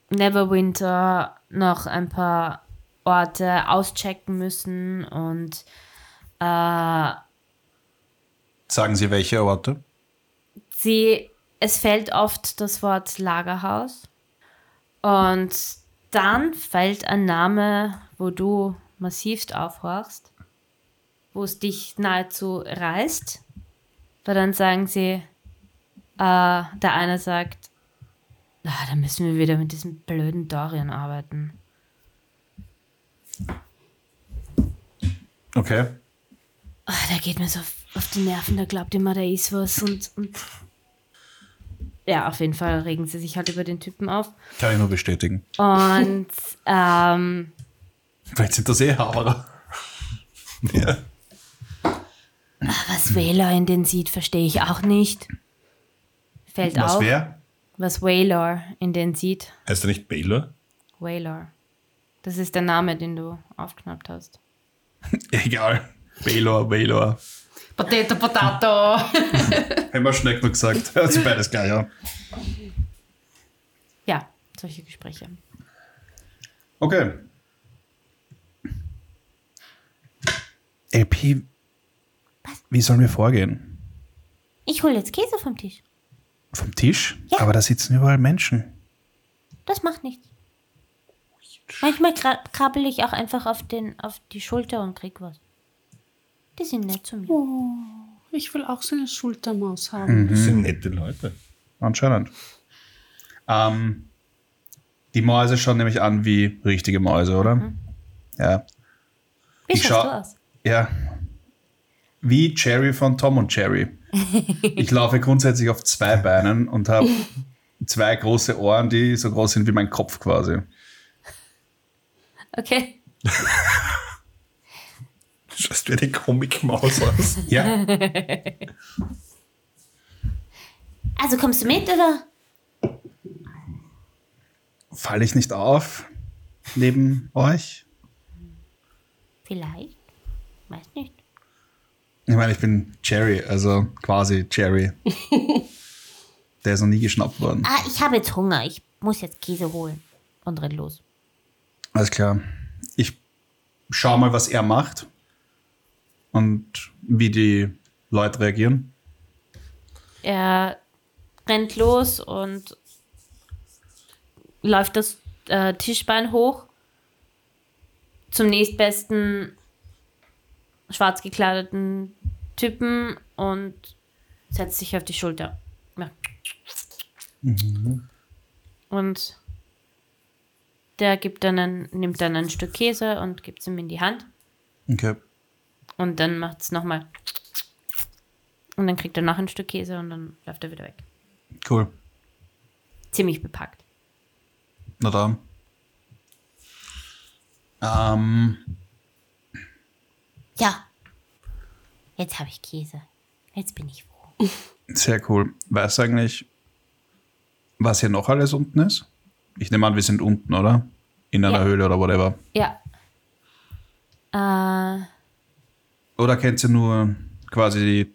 Neverwinter noch ein paar Orte auschecken müssen und äh, Sagen Sie welche Orte? sie, es fällt oft das Wort Lagerhaus. Und dann fällt ein Name, wo du massivst aufhorchst, wo es dich nahezu reißt. Weil dann sagen sie, äh, der eine sagt, ah, da müssen wir wieder mit diesem blöden Dorian arbeiten. Okay. Ah, der geht mir so auf, auf die Nerven, der glaubt immer, da ist was und, und. Ja, auf jeden Fall regen sie sich halt über den Typen auf. Kann ich nur bestätigen. Und ähm, Vielleicht sind das eh Haberer. was Waylor den sieht, verstehe ich auch nicht. Fällt Was auf. wer? Was Waylor in den sieht. Heißt er nicht Baylor? Waylor. Das ist der Name, den du aufgeknappt hast. *laughs* Egal. Baylor, Baylor. Potato, Potato. Haben wir schnell genug gesagt. Also beides gleich, ja. Ja, solche Gespräche. Okay. LP, wie sollen wir vorgehen? Ich hole jetzt Käse vom Tisch. Vom Tisch? Ja. Aber da sitzen überall Menschen. Das macht nichts. Manchmal kra krabbel ich auch einfach auf, den, auf die Schulter und krieg was. Die sind nett zu mir. Ich will auch so eine Schultermaus haben. Das sind nette Leute. Anscheinend. Ähm, die Mäuse schauen nämlich an wie richtige Mäuse, oder? Ja. Mhm. Wie Ich schaust schau- du aus? Ja. Wie Cherry von Tom und Cherry. Ich laufe grundsätzlich auf zwei Beinen und habe zwei große Ohren, die so groß sind wie mein Kopf quasi. Okay. Du schaust wie eine Comic-Maus aus. Ja, Also kommst du mit oder? falle ich nicht auf neben euch? Vielleicht. Weiß nicht. Ich meine, ich bin Cherry, also quasi Cherry. Der ist noch nie geschnappt worden. Ah, ich habe jetzt Hunger. Ich muss jetzt Käse holen. Und renn los. Alles klar. Ich schau mal, was er macht und wie die Leute reagieren. Er rennt los und läuft das äh, Tischbein hoch zum nächstbesten schwarz gekleideten Typen und setzt sich auf die Schulter. Ja. Und der gibt dann ein, nimmt dann ein Stück Käse und gibt es ihm in die Hand. Okay. Und dann macht es nochmal. Und dann kriegt er noch ein Stück Käse und dann läuft er wieder weg. Cool. ziemlich bepackt. Na dann. Ähm, Ja. Jetzt habe ich Käse. Jetzt bin ich froh. sehr cool. Weißt du eigentlich, was hier noch alles unten ist? Ich nehme an, wir sind unten, oder? In einer Ja. Höhle oder whatever. Ja. Äh, Oder kennt ihr nur quasi die,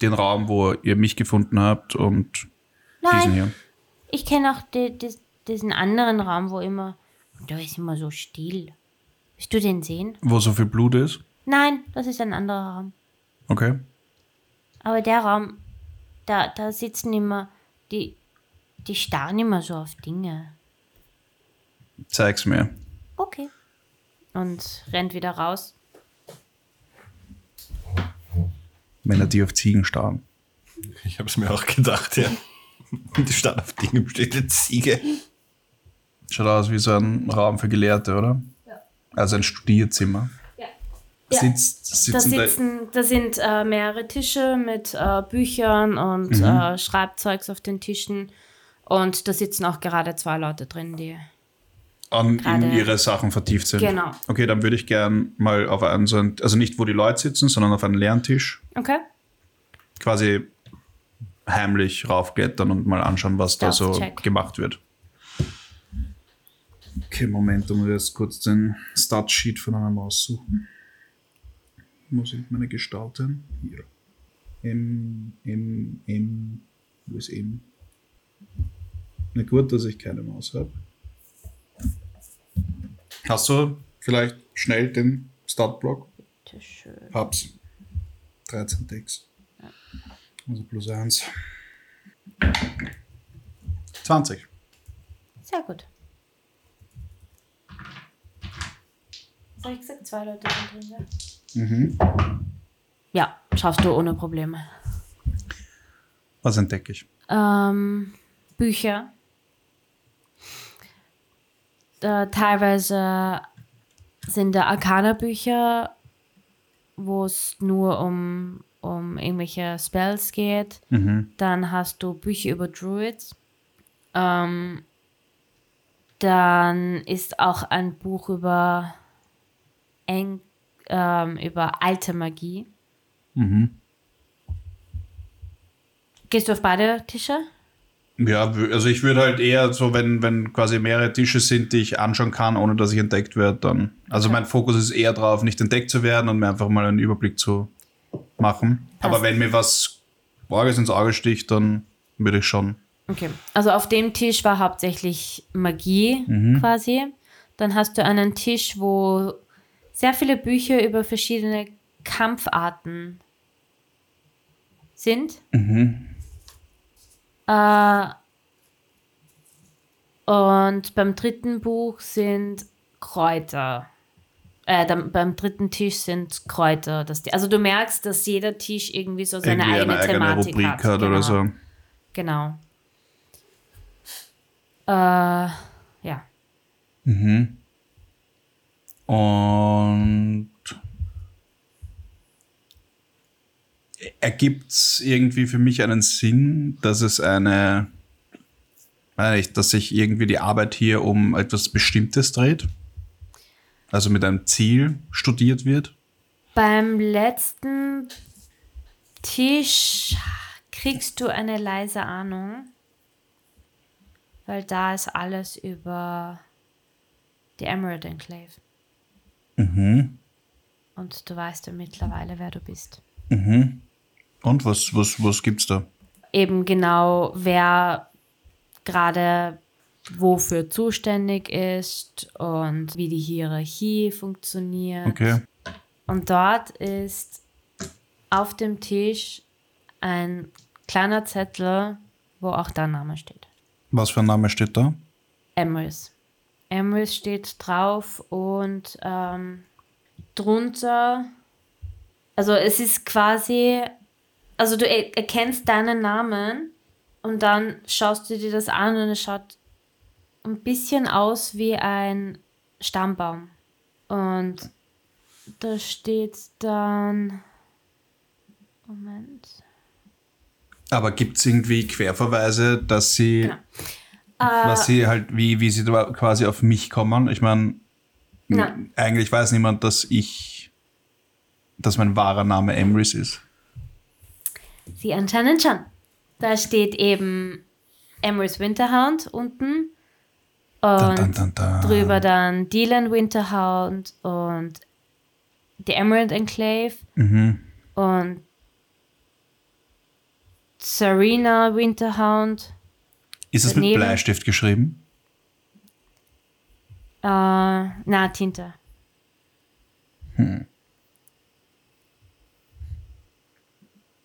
den Raum, wo ihr mich gefunden habt und diesen Nein, hier? ich kenne auch di- dis- diesen anderen Raum, wo immer. Da ist immer so still. Willst du den sehen? Wo so viel Blut ist? Nein, das ist ein anderer Raum. Okay. Aber der Raum, da, da sitzen immer. Die, die starren immer so auf Dinge. Zeig's mir. Okay. und rennt wieder raus. Männer, die auf Ziegen starren. Ich habe es mir auch gedacht, ja. Die Stadt auf Dingen steht eine Ziege. Schaut aus wie so ein Raum für Gelehrte, oder? Ja. Also ein Studierzimmer. Ja. Sitzt, Da, sitzen da, sitzen, da sind äh, mehrere Tische mit äh, Büchern und äh, Schreibzeugs auf den Tischen. Und da sitzen auch gerade zwei Leute drin, die. an ähm, in Gerade- ihre Sachen vertieft sind. Genau. Okay, dann würde ich gern mal auf einen, so ein- also nicht wo die Leute sitzen, sondern auf einen Lerntisch Okay. quasi heimlich raufklettern und mal anschauen, was da so Stealth-Check. gemacht wird. Okay, Moment, da muss ich jetzt kurz den Start-Sheet von einer Maus suchen. Muss ich meine Gestalten? Hier. M, M, M. Wo ist M? Na gut, dass ich keine Maus habe. Hast du vielleicht schnell den Startblock? Bitteschön. Hab's. 13 Decks. Also plus 1. 20. Sehr gut. Habe ich gesagt, zwei Leute sind drin, ja? Ja, schaffst du ohne Probleme. Was entdecke ich? ähm, Bücher. Da, teilweise sind da Arcana-Bücher, wo es nur um, um irgendwelche Spells geht. Dann hast du Bücher über Druids. Ähm, dann ist auch ein Buch über, Eng, ähm, über alte Magie. Gehst du auf beide Tische? Ja, w- also ich würde halt eher so, wenn, wenn quasi mehrere Tische sind, die ich anschauen kann, ohne dass ich entdeckt werde, dann. Also mein Fokus ist eher drauf, nicht entdeckt zu werden und mir einfach mal einen Überblick zu machen. Aber wenn mir was Orges ins Auge sticht, dann würde ich schon. Okay, also auf dem Tisch war hauptsächlich Magie Mhm. quasi. Dann hast du einen Tisch, wo sehr viele Bücher über verschiedene Kampfarten sind. Mhm. Äh, und beim dritten Buch sind Kräuter. Äh, dann, beim dritten Tisch sind Kräuter. Dass die, also du merkst, dass jeder Tisch irgendwie so seine irgendwie eigene, eine eigene Thematik Rubrik hat. hat, oder Genau. so. Genau. Äh, ja. Und ergibt es irgendwie für mich einen Sinn, dass es eine, weiß nicht, dass sich irgendwie die Arbeit hier um etwas Bestimmtes dreht? Also mit einem Ziel studiert wird? Beim letzten Tisch kriegst du eine leise Ahnung, weil da ist alles über die Emerald Enclave. Mhm. Und du weißt ja mittlerweile, wer du bist. Und was, was, was gibt's da? eben genau, wer gerade wofür zuständig ist und wie die Hierarchie funktioniert. Okay. Und dort ist auf dem Tisch ein kleiner Zettel, wo auch dein Name steht. Was für ein Name steht da? Emrys. Emrys steht drauf und ähm, drunter, also es ist quasi, also du er erkennst deinen Namen und dann schaust du dir das an und es schaut ein bisschen aus wie ein Stammbaum. Und da steht dann, Moment, Aber gibt es irgendwie Querverweise, dass sie, dass sie halt, wie, wie sie da quasi auf mich kommen? Ich meine, Nein. eigentlich weiß niemand, dass ich, dass mein wahrer Name Emrys ist. Sie anscheinend schon. Da steht eben Emerys Winterhound unten und Dun, dun, dun. drüber dann Dylan Winterhound und die Emerald Enclave und Serena Winterhound. Ist es mit Daneben. Bleistift geschrieben? Äh, na, Tinte.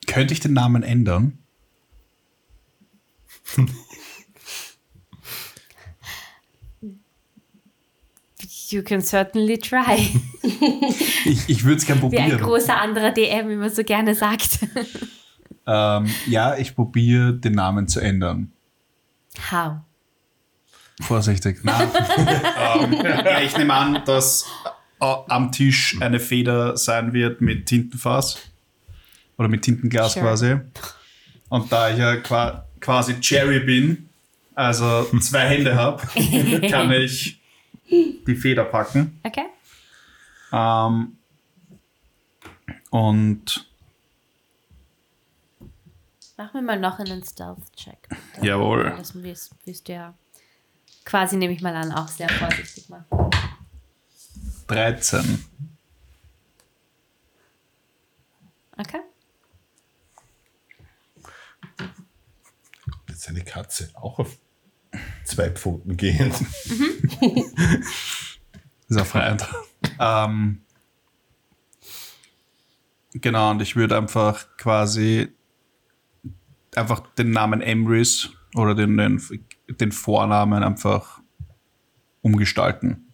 Könnte ich den Namen ändern? You can certainly try. Ich, ich würde es gerne Wie ein probieren. großer anderer DM immer so gerne sagt. Ähm, ja, ich probiere den Namen zu ändern. How? Vorsichtig. Nein. ähm, ja, ich nehme an, dass äh, am Tisch eine Feder sein wird mit Tintenfass. Oder mit Tintenglas Sure. quasi. Und da ich ja qua quasi Cherry bin, also zwei Hände *laughs* habe, kann ich die Feder packen. Okay. Ähm, und *laughs* Machen wir mal noch einen Stealth-Check. jawohl. Das wirst, wirst du ja quasi, nehme ich mal an, auch sehr vorsichtig machen. 13. Okay. Jetzt eine Katze auch auf zwei Pfoten gehen. *laughs* Ist ja Freiheit. ähm, genau, und ich würde einfach quasi einfach den Namen Emrys oder den, den, den Vornamen einfach umgestalten.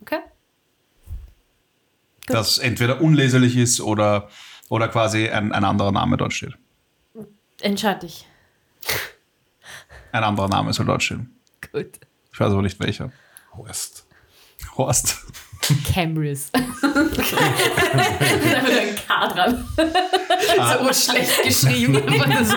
Okay. Dass entweder unleserlich ist oder, oder quasi ein, ein anderer Name dort steht. Entscheid dich. Ein anderer Name soll dort stehen. Gut. Ich weiß aber nicht welcher. *laughs* Horst. Horst. Camrys. da wird ein K dran. *laughs* So schlecht geschrieben. aber das-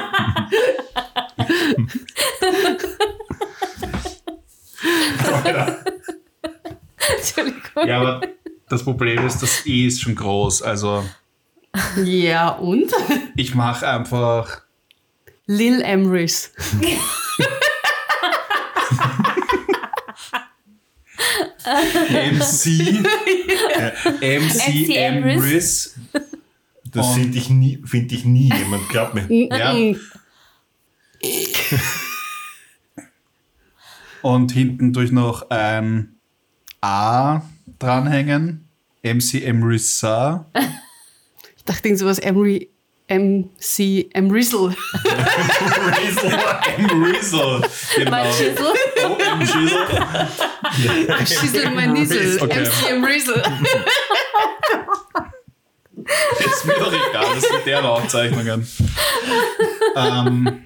Entschuldigung. Ja, aber das Problem ist, das I ist schon groß. Also ja, und? ich mache einfach Lil Emrys. MC. Äh, MC MC Emrys. Emrys. Das Und- finde ich nie, find ich nie jemand, glaub mir. Ja. Und hinten durch noch ein A dranhängen. MC Emrysa. Ich dachte, irgend sowas Emery. MC Emrizzle. Emrysa. Mein Genau. Schüssel. Oh, Emrysa. Schissel mein Nizzle. Okay. MC Emrizzle. Ist mir doch egal, das sind deren Aufzeichnungen. Ähm,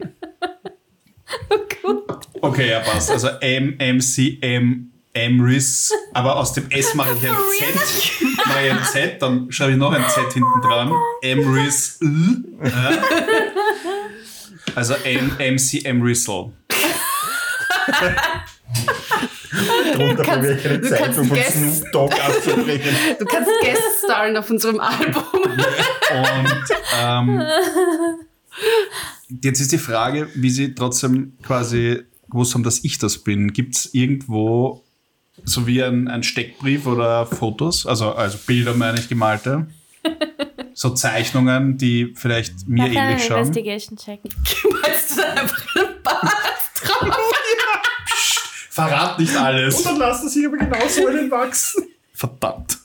okay, ja, passt. Also M, MC, M, Emrys. Aber aus dem S mache ich ein Z. Mache ich ein Z, dann schreibe ich noch ein Z hinten dran. Emrys. L, ja. Also M, MC Emrysl. Darunter kannst- haben wir keine du Zeit, kannst um von guess. Snoop Dogg abzubringen. *laughs* Du kannst Guest starren auf unserem Mhm. Album. Und ähm, jetzt ist die Frage, wie sie trotzdem quasi gewusst haben, dass ich das bin. Gibt es irgendwo so wie ein, ein Steckbrief oder Fotos, also, also Bilder meine ich gemalte, so Zeichnungen, die vielleicht mir Mach einen ähnlich schauen? Investigation-Check. Weißt du, da einfach einen Bart drauf. Verrat nicht alles. lassen sie aber genauso einen wachsen. Verdammt.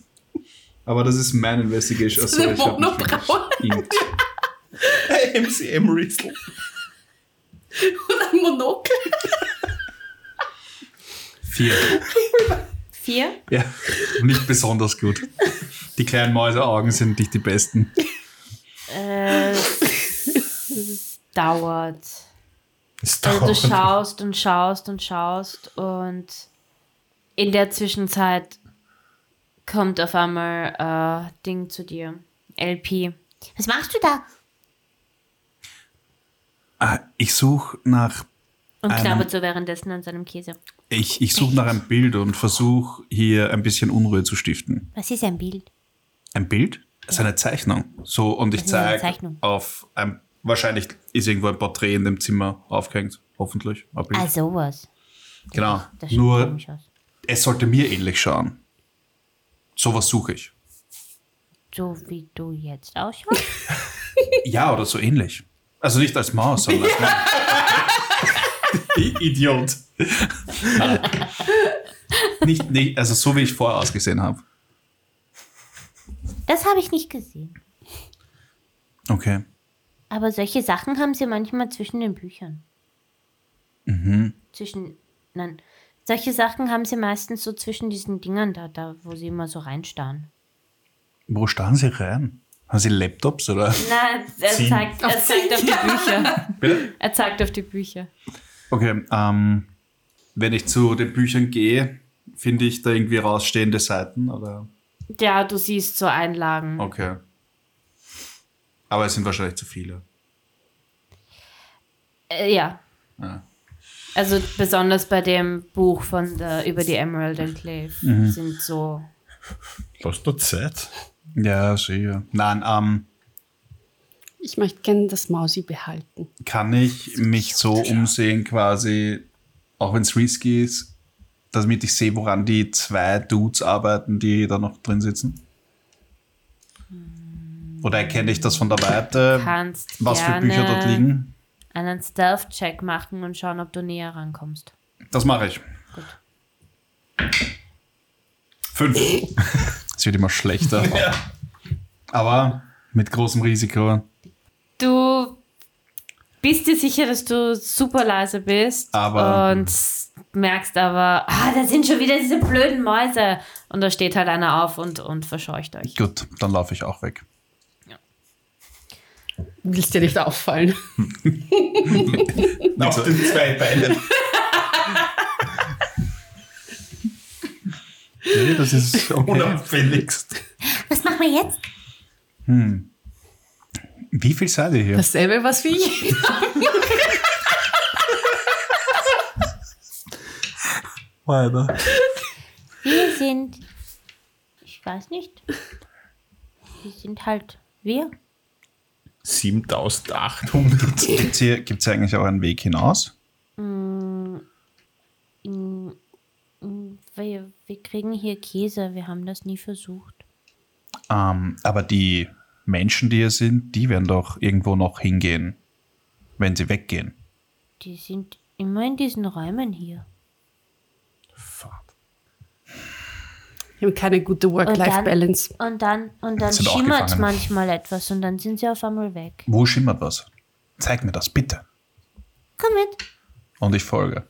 Aber das ist mein Investigation. So Achso, eine ich hab mich Monobraue verstimmt. MC Emrysl. und ein Monokel. Vier. Vier. Ja, nicht besonders gut. Die kleinen Mäuseaugen sind nicht die besten. Äh, es dauert. Das Also du dauert. schaust und schaust und schaust und in der Zwischenzeit kommt auf einmal äh, Ding zu dir. LP. Was machst du da? Ah, Ich suche nach, Und Einen- knabbert so währenddessen an seinem Käse. ich, ich such nach einem Bild und versuche hier ein bisschen Unruhe zu stiften. Was ist ein Bild? Ein Bild? Das ist eine Zeichnung. So, und ich ist eine zeige Zeichnung? auf ein, wahrscheinlich ist irgendwo ein Porträt in dem Zimmer aufgehängt. Hoffentlich. Ein Bild. Ah, sowas. genau. Das schaut Hm. Nur, komisch aus. es sollte mir ähnlich schauen. Sowas suche ich. So wie du jetzt ausschaust. Ja, oder so ähnlich. Also nicht als Maus, sondern *laughs* als Mann. I- Idiot. Nein. nicht, nicht, also so wie ich vorher ausgesehen habe. Das habe ich nicht gesehen. Okay. Aber solche Sachen haben sie manchmal zwischen den Büchern. Zwischen. Nein. Solche Sachen haben sie meistens so zwischen diesen Dingern da, da wo sie immer so reinstarren. Wo starren Sie rein? Haben Sie Laptops oder? Na, er Ziehen. zeigt, er zeigt auf die Bücher. Bitte? Er zeigt auf die Bücher. Okay, ähm, wenn ich zu den Büchern gehe, finde ich da irgendwie rausstehende Seiten oder? Ja, du siehst so Einlagen. Okay. Aber es sind wahrscheinlich zu viele. Äh, ja. Ja. Also besonders bei dem Buch von der, über die Emerald Enclave Mhm. sind so. Lass doch Zeit. Ja, sicher. Nein, ähm, Ich möchte gerne das Mausi behalten. kann ich mich so umsehen quasi, auch wenn es risky ist, damit ich sehe, woran die zwei Dudes arbeiten, die da noch drin sitzen? Oder erkenne ich das von der Weite, Hm. Kannst was für gerne- Bücher dort liegen? einen Stealth-Check machen und schauen, ob du näher rankommst. Das mache ich. Fünf. *laughs* Es wird immer *laughs* schlechter. Aber mit großem Risiko. Du bist dir sicher, dass du super leise bist Aber- und merkst aber, ah, da sind schon wieder diese blöden Mäuse. Und da steht halt einer auf und, und verscheucht euch. Gut, dann laufe ich auch weg. Willst dir nicht auffallen? Also Auf den zwei *laughs* Beinen. Nee, das ist Unauffälligst. Was machen wir jetzt? Wie viel seid ihr hier? Dasselbe, was wir jeden Abend machen. Weiter. Wir sind. Ich weiß nicht. Wir sind halt wir. 7800. *laughs* Gibt es hier, gibt's hier eigentlich auch einen Weg hinaus? Wir, wir kriegen hier Käse. Wir haben das nie versucht. Ähm, aber die Menschen, die hier sind, die werden doch irgendwo noch hingehen, wenn sie weggehen. Die sind immer in diesen Räumen hier. Wir haben keine gute Work-Life-Balance. Und dann, und dann Sind auch schimmert Gefangene. manchmal etwas und dann sind sie auf einmal weg. Wo schimmert was? Zeig mir das bitte. Komm mit. Und ich folge.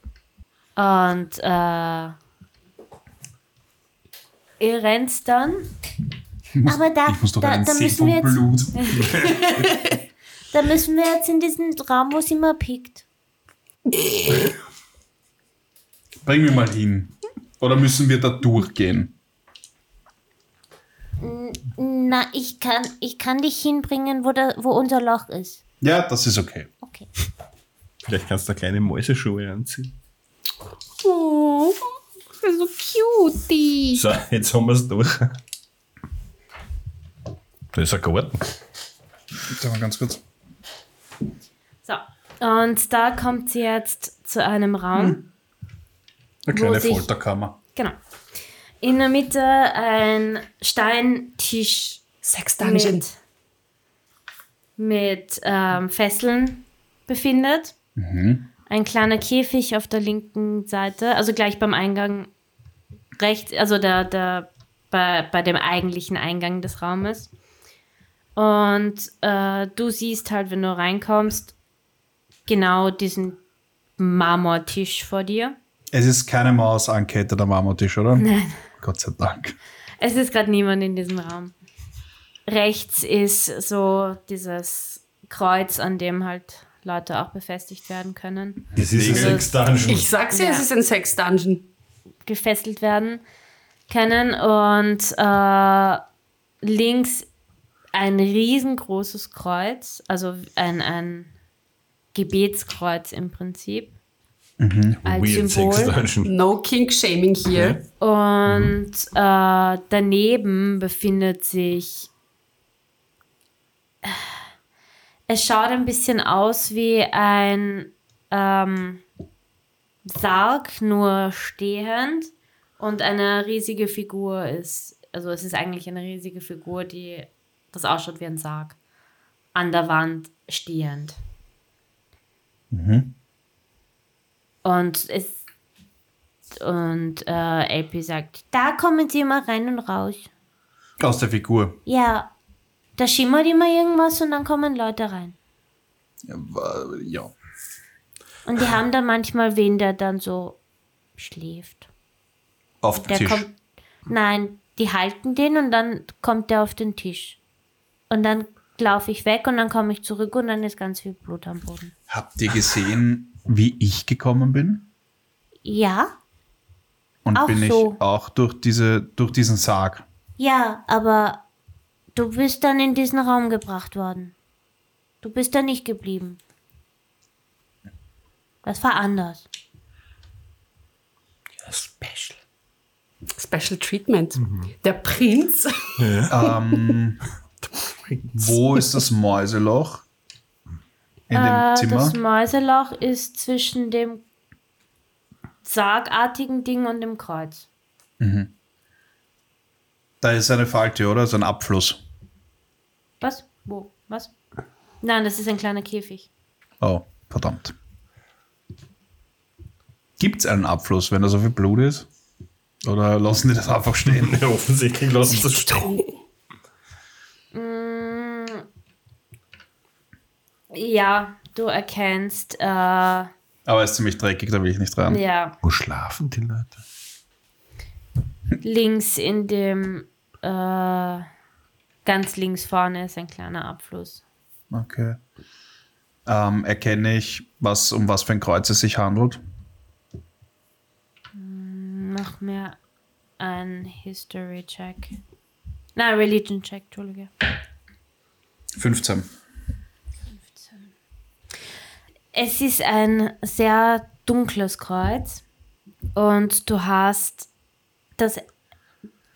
Und äh, ihr rennt dann. Aber da, da, da, müssen wir jetzt, Blut. *laughs* da müssen wir jetzt in diesen Raum, wo es immer pickt. Bring mich mal hin. Oder müssen wir da durchgehen? Na, ich kann, ich kann dich hinbringen, wo, da, wo unser Loch ist. Ja, das ist okay. Okay. Vielleicht kannst du da kleine Mäuseschuhe anziehen. Oh, so cutie. So, jetzt haben wir es durch. Das ist ein Garten. Sag mal ganz kurz. So. Und da kommt sie jetzt zu einem Raum. Hm. Eine Wo kleine sich- Folterkammer. Genau. In der Mitte ein Steintisch Sex Dungeon. mit, mit ähm, Fesseln befindet. Ein kleiner Käfig auf der linken Seite, also gleich beim Eingang rechts, also da, da bei, bei dem eigentlichen Eingang des Raumes. Und äh, du siehst halt, wenn du reinkommst, genau diesen Marmortisch vor dir. Es ist keine Maus ankettet am Marmortisch, oder? Nein. Gott sei Dank. Es ist gerade niemand in diesem Raum. Rechts ist so dieses Kreuz, an dem halt Leute auch befestigt werden können, Das ist ein Deswegen- Sextanschen. Ich sag's dir, Ja. es ist ein Sex Dungeon. gefesselt werden können. Und äh, links ein riesengroßes Kreuz, also ein, ein Gebetskreuz im Prinzip. Als Weird Sex Symbol. Dungeon. No King Shaming hier. Und äh, daneben befindet sich. Es schaut ein bisschen aus wie ein ähm, Sarg, nur stehend. Und eine riesige Figur ist. Also, es ist eigentlich eine riesige Figur, die das ausschaut wie ein Sarg. An der Wand stehend. Und es und äh, LP sagt, Da kommen sie immer rein und raus. Aus der Figur. Ja, da schimmert immer irgendwas und dann kommen Leute rein. Ja. Und die haben dann manchmal wen, der dann so schläft. Auf den Der Tisch. kommt. Nein, die halten den und dann kommt der auf den Tisch. Und dann laufe ich weg und dann komme ich zurück und dann ist ganz viel Blut am Boden. Habt ihr gesehen? Wie ich gekommen bin Ja, und Auch bin ich so. auch durch, diese, durch diesen Sarg. ja, aber du bist dann in diesen Raum gebracht worden. Du bist da nicht geblieben. Das war anders. Special. Special Treatment. Der Prinz. *laughs* Wo ist das Mäuseloch? In dem äh, Zimmer? das Mäuseloch ist zwischen dem sargartigen Ding und dem Kreuz. Da ist eine Falte, oder? So ein Abfluss. Was? Wo? Was? Nein, das ist ein kleiner Käfig. Oh, verdammt. Gibt es einen Abfluss, wenn da so viel Blut ist? Oder lassen die das einfach *laughs* stehen? Ja, offensichtlich lassen sie es stehen. Ja, du erkennst, äh, ja. Aber ist ziemlich dreckig, da will ich nicht rein. Wo schlafen die Leute? links in dem, äh, ganz links vorne ist ein kleiner Abfluss. Okay. Ähm, erkenne ich, was, um was für ein Kreuz es sich handelt? Mach mir einen History-Check. Nein, Religion-Check, Entschuldige. 15. Es ist ein sehr dunkles Kreuz und du hast das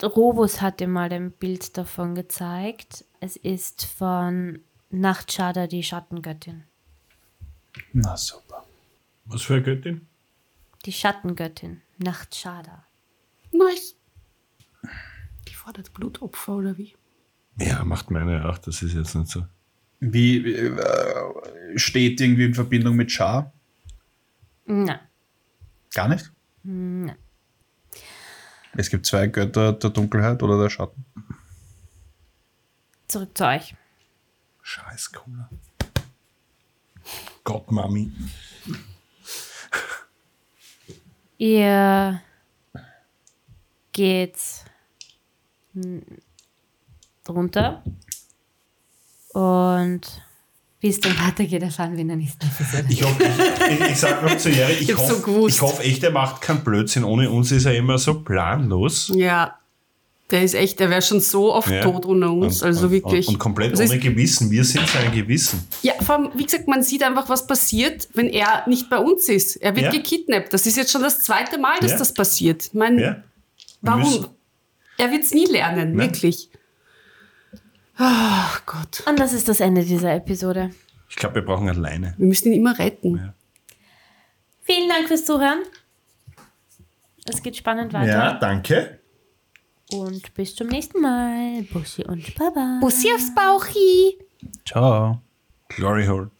Robus hat dir mal ein Bild davon gezeigt. Es ist von Nachtschada, die Schattengöttin. Na super. Was für eine Göttin? Die Schattengöttin, Nachtschada. Nice. Die fordert Blutopfer oder wie? Ja, macht meine auch. Das ist jetzt nicht so. Wie wie, äh, steht irgendwie in Verbindung mit Schar? Na, Gar nicht? Es gibt zwei Götter der Dunkelheit oder der Schatten. zurück zu euch. Scheiß Cola. Gott, Mami. Ihr geht n- runter und wie es dann weitergeht, erfahren wir in der nächsten Episode. Ich, hoff, ich, ich, ich sag noch zu Jerry, ich hab's so hoffe gewusst. hoff echt, er macht keinen Blödsinn. Ohne uns ist er immer so planlos. Ja. Der ist echt, der wäre schon so oft Ja. tot ohne uns. Und- also und, wirklich. Und, und komplett Das ist- ohne Gewissen. Wir sind sein Gewissen. Ja, vor allem, wie gesagt, man sieht einfach, was passiert, wenn er nicht bei uns ist. Er wird Ja. gekidnappt. Das ist jetzt schon das zweite Mal, dass Ja. das passiert. Ich meine, Ja? Wir warum? müssen- Er wird es nie lernen, Nein. wirklich. Ach Gott. Und das ist das Ende dieser Episode. Ich glaube, wir brauchen eine Leine. Wir müssen ihn immer retten. Ja. Vielen Dank fürs Zuhören. Es geht spannend Ja, weiter. danke. Und bis zum nächsten Mal. Bussi und Baba. Bussi aufs Bauchi. Ciao. Glory Hole.